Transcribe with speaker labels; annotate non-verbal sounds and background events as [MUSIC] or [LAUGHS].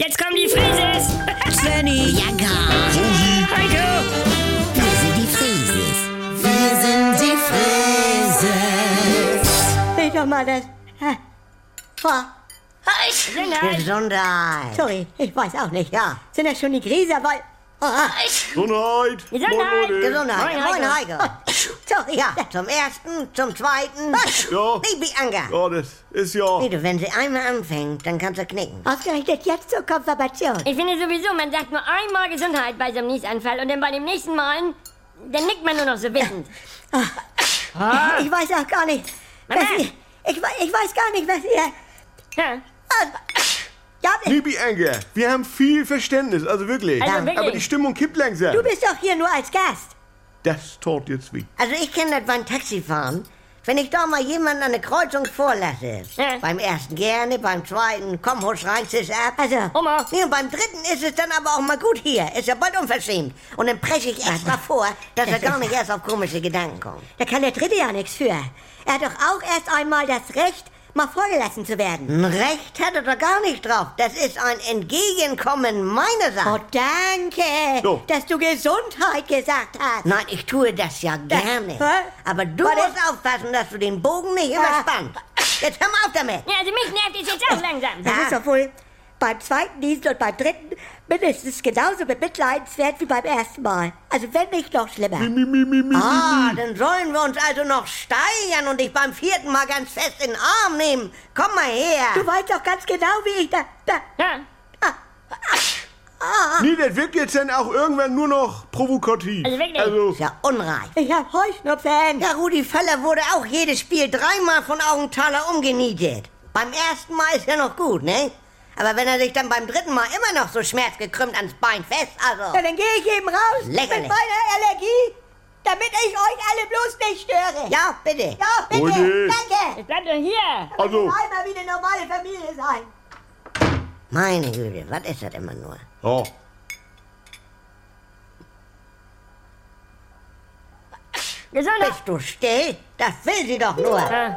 Speaker 1: Jetzt kommen die [LAUGHS] Frieses!
Speaker 2: Svenny!
Speaker 3: Ja, gar.
Speaker 1: Heiko!
Speaker 3: Wir sind die Frieses. Wir sind die Frieses.
Speaker 2: Ich doch mal das. Hä? Vor.
Speaker 3: Gesundheit.
Speaker 2: Sorry, ich weiß auch nicht.
Speaker 3: Ja.
Speaker 2: Sind das schon die Gräser? Weil. Ah,
Speaker 4: Gesundheit.
Speaker 1: Gesundheit.
Speaker 4: Moin, Leute.
Speaker 3: Gesundheit.
Speaker 1: Moin,
Speaker 3: Moin,
Speaker 1: Heike.
Speaker 3: Heike.
Speaker 2: sorry,
Speaker 3: Ja, zum ersten, zum zweiten.
Speaker 4: Ja.
Speaker 3: Baby Anker.
Speaker 4: Ja, das ist ja.
Speaker 3: Nee, du, wenn sie einmal anfängt, dann kannst du knicken.
Speaker 2: Ausgerechnet jetzt zur Konfirmation.
Speaker 1: Ich finde sowieso, man sagt nur einmal Gesundheit bei so einem Niesanfall und dann bei dem nächsten Mal, dann nickt man nur noch so [LAUGHS] wissend.
Speaker 2: Ah. Ich weiß auch gar nicht, was
Speaker 1: Mama.
Speaker 2: ihr. Ich, wei- ich weiß gar nicht, was ihr.
Speaker 1: Ja.
Speaker 2: Ah, Ja, du
Speaker 4: Baby Anker, wir haben viel Verständnis, also wirklich.
Speaker 1: Also wirklich.
Speaker 4: Aber die Stimmung kippt langsam.
Speaker 2: bist doch hier nur als Gast.
Speaker 4: Das tut jetzt weh.
Speaker 3: Also ich kenne das beim Taxifahren. Wenn ich da mal jemanden an der Kreuzung vorlasse,
Speaker 1: Ja.
Speaker 3: beim ersten gerne, beim zweiten, komm, husch rein, zisch ab.
Speaker 2: Also,
Speaker 1: Oma.
Speaker 3: Nee, und beim dritten ist es dann aber auch mal gut hier. Ist ja bald unverschämt. Und dann presche ich erst mal vor, dass er gar nicht erst auf komische Gedanken kommt.
Speaker 2: da kann der Dritte ja nichts für. Er hat doch auch erst einmal das Recht, mal vorgelassen zu werden.
Speaker 3: Ein Recht hat er doch gar nicht drauf. Das ist ein Entgegenkommen meiner
Speaker 2: Oh,
Speaker 3: Sache.
Speaker 2: danke,
Speaker 4: So.
Speaker 2: dass du Gesundheit gesagt hast.
Speaker 3: Nein, ich tue das ja gerne.
Speaker 2: Hä?
Speaker 3: Aber du
Speaker 2: Warte.
Speaker 3: musst aufpassen, dass du den Bogen nicht überspannst. Jetzt hör mal auf damit.
Speaker 1: ja, also mich nervt es jetzt auch langsam.
Speaker 2: Das
Speaker 3: Ah.
Speaker 2: ist doch wohl beim zweiten Diesel und beim dritten mindestens genauso bemitleidenswert wie beim ersten Mal. Also wenn nicht noch schlimmer.
Speaker 4: Mi, mi, mi, mi.
Speaker 3: Ah, dann sollen wir uns also noch steigern und dich beim vierten Mal ganz fest in den Arm nehmen. Komm mal
Speaker 2: Du
Speaker 3: her.
Speaker 2: weißt doch ganz genau, wie ich da... da
Speaker 1: Ja.
Speaker 4: Nee, das wirkt jetzt dann auch irgendwann nur noch provokativ.
Speaker 1: Ah. Also wirklich.
Speaker 4: Also,
Speaker 3: Ist ja unreich.
Speaker 2: ich hab Heuschnupfen.
Speaker 3: Ja, Rudi Völler wurde auch jedes Spiel dreimal von Augenthaler umgenietet. Beim ersten Mal ist ja noch gut, ne? Aber wenn er sich dann beim dritten Mal immer noch so schmerzgekrümmt ans Bein fest, also...
Speaker 2: Ja, dann gehe ich eben raus
Speaker 3: Lächerlich.
Speaker 2: mit meiner Allergie, damit ich euch alle bloß nicht störe.
Speaker 3: Ja, bitte.
Speaker 2: ja bitte.
Speaker 4: Rudi.
Speaker 2: Danke.
Speaker 1: Jetzt bleibt doch hier.
Speaker 4: also,
Speaker 2: Einmal wie eine normale Familie sein.
Speaker 3: Meine Güte, was ist das immer nur?
Speaker 4: ja.
Speaker 1: Gesundheit.
Speaker 3: Bist du still? Das will sie doch nur.
Speaker 1: Ja.